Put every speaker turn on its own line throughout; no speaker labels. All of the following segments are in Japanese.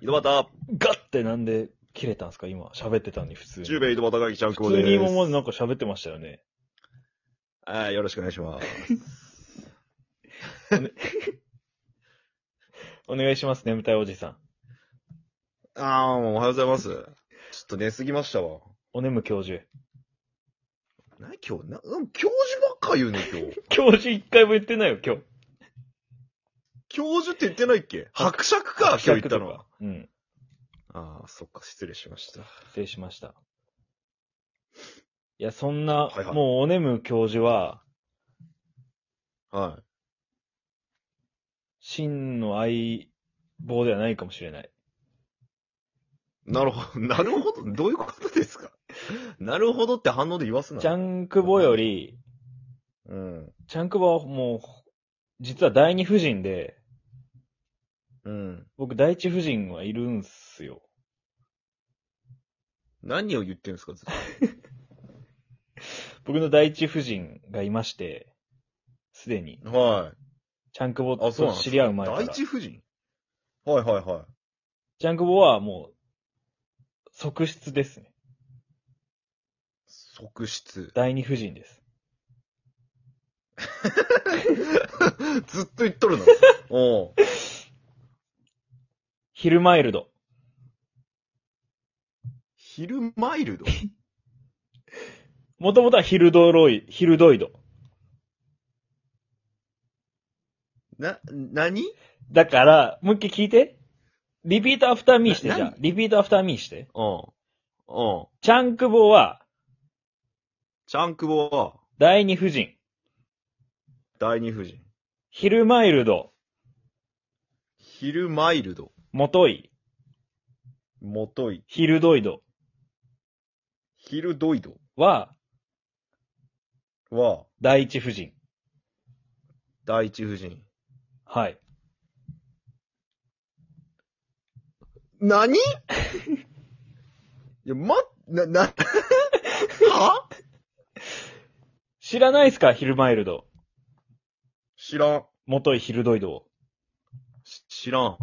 井戸端、
ガッてなんで切れたんですか今。喋ってたのに普通に。
中米井戸端会議ちゃんこ
普
で
通
す。
に今までなんか喋ってましたよね。
はい、よろしくお願いします。
お願いします、眠たいおじさん。
あー、もうおはようございます。ちょっと寝すぎましたわ。
おねむ教授。
な、今日、な、うん教授ばっか言うね、今日。
教授一回も言ってないよ、今日。
教授って言ってないっけ伯爵か、今日言ったのは。。
うん。
あー、そっか、失礼しました。
失礼しました。いや、そんな、
はいはい
もうおねむ教授は、
は
真の相棒ではないかもしれない。
い。なるほ ど、なるほど、どういうことですか なるほどって反応で言わすな。
ジャンクボより、
うん。
ジャンクボはもう、実は第二夫人で、
うん。
僕第一夫人はいるんすよ。
何を言ってんですか、ずっと
僕の第一夫人がいまして、すでに、
はい。
チャンクボ
あ、そう
と
なんです
知り合う前か
第
ら。
一夫人はいはいはい。
チャンクボはもう、側室ですね。
側室。
第二夫人です。
ずっと言っと るな。おう
ヒルマイルド。
ヒルマイルド。
もともとはヒルドロイ、ヒルドイド。
な、なに
だから、もう一回聞いて。リピートアフターミーして、
な
じゃあ
何。
リピートアフターミーして。
うん。うん。
チャンクボは、
チャンクボは、
第二夫人。
第二夫人。
ヒルマイルド、
ヒルマイルド。
もとい、
もとい。
ヒルドイド
ヒルドイド
は、
は、
第一夫人。
第一夫人。
はい。
なにいや、ま、な、な、は
知らないっすかヒルマイルド。
知らん。
もといヒルドイドを。
し知らん。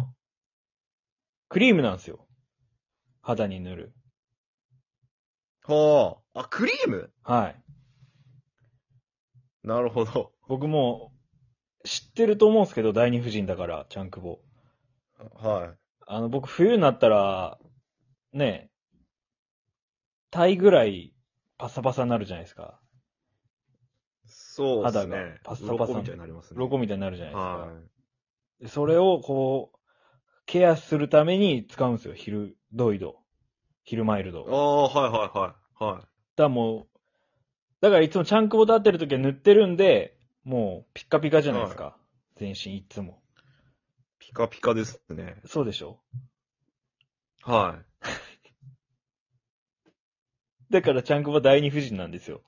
クリームなんですよ。肌に塗る。
はあ。あ、クリーム
はい。
なるほど。
僕も、知ってると思うんですけど、第二夫人だから、チャンクボ。
は
あの、僕、冬になったら、ねえ、タイぐらいパサパサになるじゃないですか。
い。そうです
肌が
ね。
パッサパサ
鱗みたいになりますね。
ロコみたいになるじゃないですか。
はい。
でそれを、こう、ケアするために使うんですよ。ヒルドイド。ヒルマイルド。
ああ、はいはいはい。はい。
だからもう、だからいつもチャンクボと会ってる時は塗ってるんで、もうピッカピカじゃないですか。全身いつも。
ピカピカですね。
そうでしょ
はい。
だからチャンクボ第二夫人なんですよ。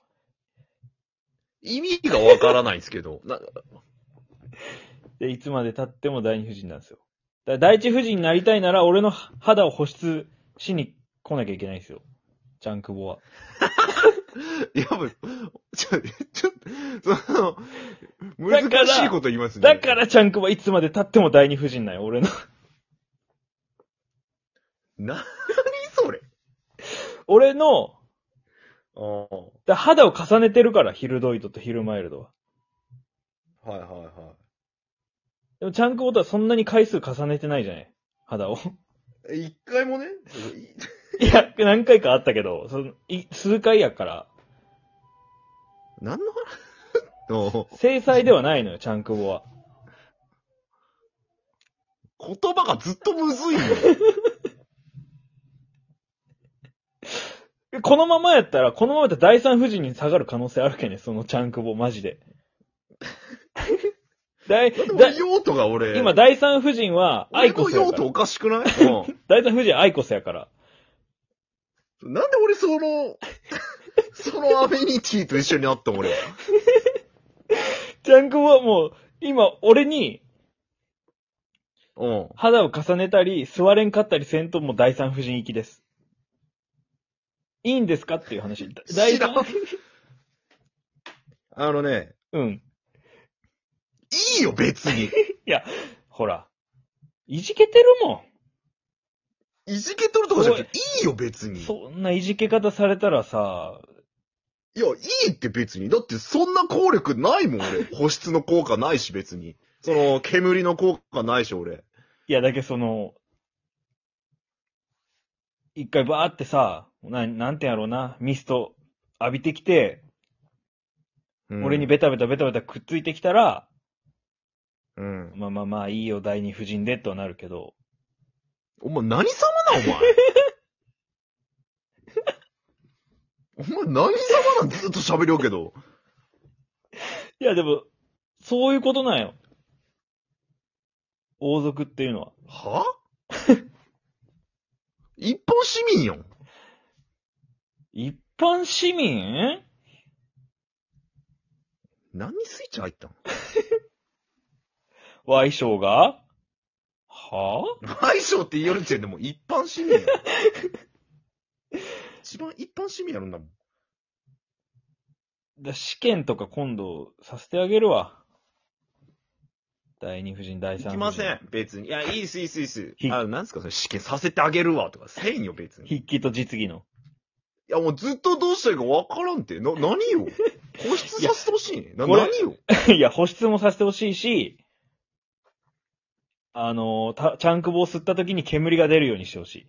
意味がわからないんですけど。な、
で、いつまで経っても第二夫人なんですよ。だから第一夫人になりたいなら俺の肌を保湿しに来なきゃいけないんですよ。チャンクボは。
やばい。ちょ、ちょ、その、難しいこと言いますね。
だから、チャンクボはいつまで経っても第二夫人なんよ、俺の。
なにそれ
俺の、
ああ、は
だ肌を重ねてるから、ヒルドイドとヒルマイルドは。
いはいは
でもチャンクボとはそんなに回数重ねてないじゃない肌を。
い。え一回もね、
いや、何回かあったけど、その、い数回やから、
何の話お
制裁ではないのよ、チャンクボは。
言葉がずっとむずいのよ
えこのままやったら、このままだったら第三夫人に下がる可能性あるけんね、そのチャンクボ、マ ジで。だい、
だ
だ
って用途が俺。
今、、第三夫人は、ア
俺
イコ
の
スや
用
から
途。おかしくないうん。
第三夫人はアイコスやから。
なんで俺そ の、そのアメニティと一緒になったん俺は。
チャンクボはもう、今、俺に、
うん。
肌を重ねたり、座れんかったりせんと、もう第三夫人行きです。いいんですかっていう話。第
知らん
三、
あのね、
うん。
いいよ、別に。
ほら。いじけてるもん。
いじけとるとかじゃなくて、いいよ別に。
そんないじけ方されたらさ、
いや、いいって別に。だってそんな効力ないもん、俺。保湿の効果ないし、別に。その、煙の効果ないし、俺。
いや、だけどその、一回バーってさ、ななんてやろうな、ミスト浴びてきて、
うん
俺に、ベタベタベタベタくっついてきたら、
うん。
まあまあまあ、いいよ、第二夫人で、とはなるけど。
お前何様な、お 前。お前何様なん、ずっと喋りようけど。
いや、でも、そういうことなんよ。王族っていうのは。
は一般市民よ。
一般市民
何にスイッチ入ったん
和衣装がは
相性って言いよる時点でもう一般市 民やん。一番一般市民やるんだもん。
ぁだ試験とか今度させてあげるわ。第二夫人、第
い
三夫人。
きません、別に。いや、いいっす、いいっす、いいっす
ひ。
あ、なんすか、それ試験させてあげるわ、とか。せんよ、別に。い
筆記と実技の。
や、もうずっとどうしたらいいかわからんって。な、何よ。個室させてほしいね。な、
これ
何よ。
いや、保湿もさせてほしいし、あの、た、チャンクボを吸った時に煙が出るようにしてほしい。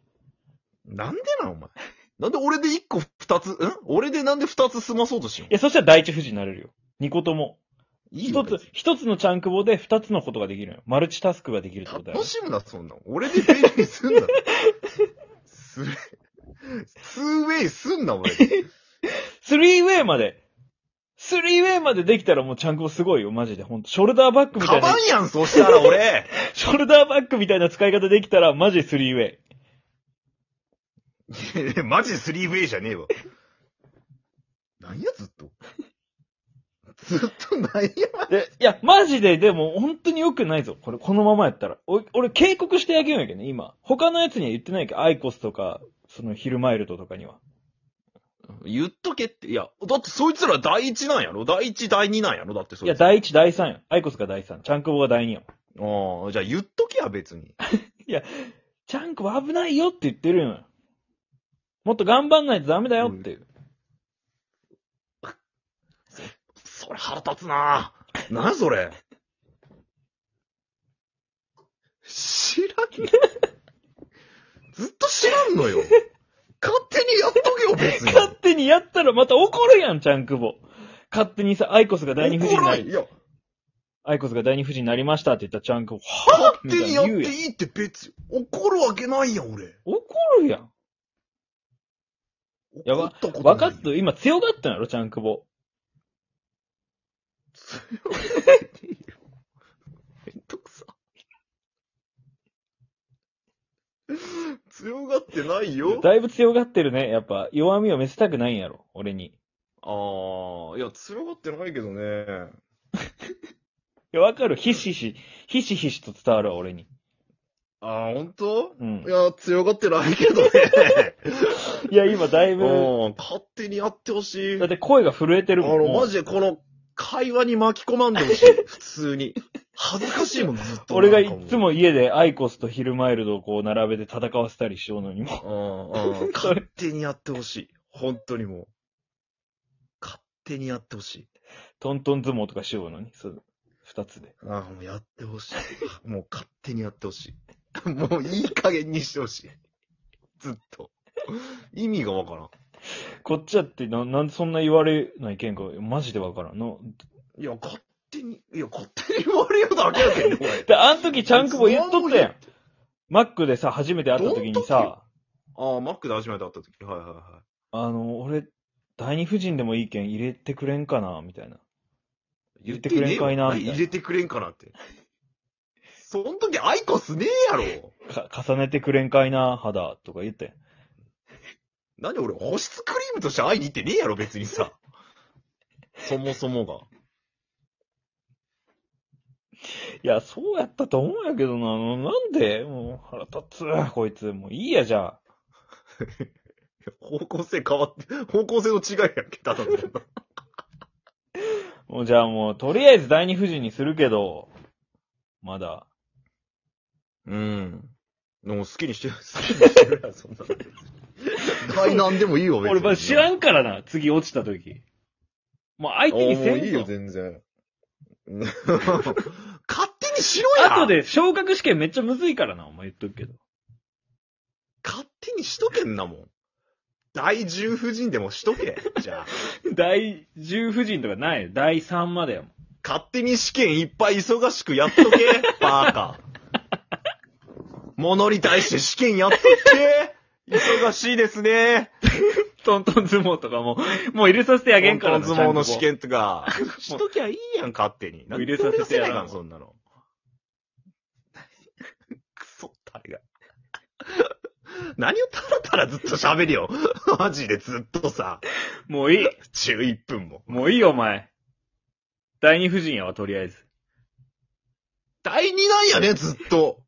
なんでな、お前。なんで俺で一個二つ、ん俺でなんで二つ済まそうとしよ
いや、そしたら第一夫人になれるよ。二個とも。
う。いいよ。
一つ、一つのチャンクボで二つのことができるのよ。マルチタスクができるってことだよ
楽。しむな、そんなん。俺で便利にすんな。スウェイ、ツーウェイすんな、俺。
スリーウェイまで。スリーウェイまでできたらもうチャンクボすごいよ、マジで。ほんと。ショルダーバッグみた
カ
いな
バ。ンやん、そしたら俺。
ショルダーバッグみたいな使い方できたら、マジスリーウェイ。
いやいや マジで 3way じゃねえわ。何や、ずっと。ずっと何や。
で、いや、マジで、でも、本当に良くないぞ。これ、このままやったら。お俺、警告してあげるんやけどね、今。他のやつには言ってないけど、アイコスとか、その、ヒルマイルドとかには。
言っとけって。いや、だってそいつら第一なんやろ第一、第二なんやろだってそい
いや、
つら。
第1、第3や。アイコスが第3。チャンクボが第2や。
ああ、じゃあ言っとけや、別に。
チャンクボ危ないよって言ってるんや。もっと頑張んないとダメだよっていう。
それ腹立つななそれ。知らんねずっと知らんのよ。勝手にやっとけよ、別に。
勝手にやったらまた怒るやん、チャンクボ。勝手にさ、アイコスが第2夫人に
怒
な
らん
り、
いや、
アイコスが第2夫人になりましたって言ったらチャンクボ、は
勝
ぁみ
手
たい
に
な
やっ
言う
て
やん。
いいって別に。怒るわけないやん、俺。
怒るやん。や
怒
ば
ったことない
分かっと、今強がったんやろ、チャンクボ。
めんどくさ。強がってないよ。
だいぶ強がってるね。やっぱ、弱みを見せたくないんやろ、俺に。い
ああ、いや、強がってないけどね。
や、わかる。ひしひし、ひしひしと伝わるわ、俺に。
ああ、ほんと
うん
い。や、強がってないけど ね。
いや、今だいぶ、
うん、勝手にやってほしい。
だっ
あ
て声が震えてるもん。
の、
もう
マジでこの会話に巻き込まんでほしい。普通に。恥ずかしいもん、ずっと。
俺がい
なんか
っつも家でアイコスとヒルマイルドをこう並べて戦わせたりしようのに も。
もう。うん、うん。 勝手にやってほしい。本当にもう。勝手にやってほしい。
トントン相撲とかしようのに。そう。二つで。
ああ、もうやってほしい。もう勝手にやってほしい。もういい加減にしてほしい。ずっと。意味がわからん。
こっちだってな、なんでそんな言われないけんか、マジでわからんの。
いや、勝手に、いや、勝手に言われようだけやけんね、これ。
で、あん時ちゃんくぼ言っとったやん。マックでさ、初めて会った時に
どん時
さ、
ああ、マックで初めて会った時。はいはいは
あの、俺、第二夫人でもいいけん入れてくれんかな、みたいな。
い。
言ってくれんかい
言ってねえよ
なみたいな
入れてくれんかなって。そん時アイコスねえやろ。
か、重ねてくれんかいな、肌、とか言って。
何俺、保湿クリームとして会いに行ってねえやろ、別に さ。そもそもが。
いや、そうやったと思うんやけどな、あの、なんでもう、腹立つ、こいつ。もういいや、じゃあ。
方向性変わって、方向性の違いやんけ、ただの。
もうじゃあもう、とりあえず第二夫人にするけど、まだ。
うん。もう好きにして、好きにしてるやん、そんなの。大難でもいいよ、別に。
俺、まあ知らんからな、次落ちた時。もう相手に
あも
せ
うんいい
ぞ
よ、全然。 勝手にしろや
後で昇格試験めっちゃむずいからな、お前言っとくけど。
勝手にしとけんなもん。第十夫人でもしとけ。じゃあ。
第10夫人とかないよ。第3までやもん。
勝手に試験いっぱい忙しくやっと け、バカ。物に対して試験やっとって、忙しいですね。
トントン相撲とかも、もう入れさせてあげんか
本
らな。
相撲の
ち
試
ゃんとこ
験とか、しときゃいいやん、勝手に。
もう入れさせてやらん
なんでそんなの。クソ、誰が。何をたらたらずっと喋るよ。マジでずっとさ、
うもういい。
11分も。
もういいよ、お前。第2夫人やわ、とりあえず。
第2弾やね、ずっと。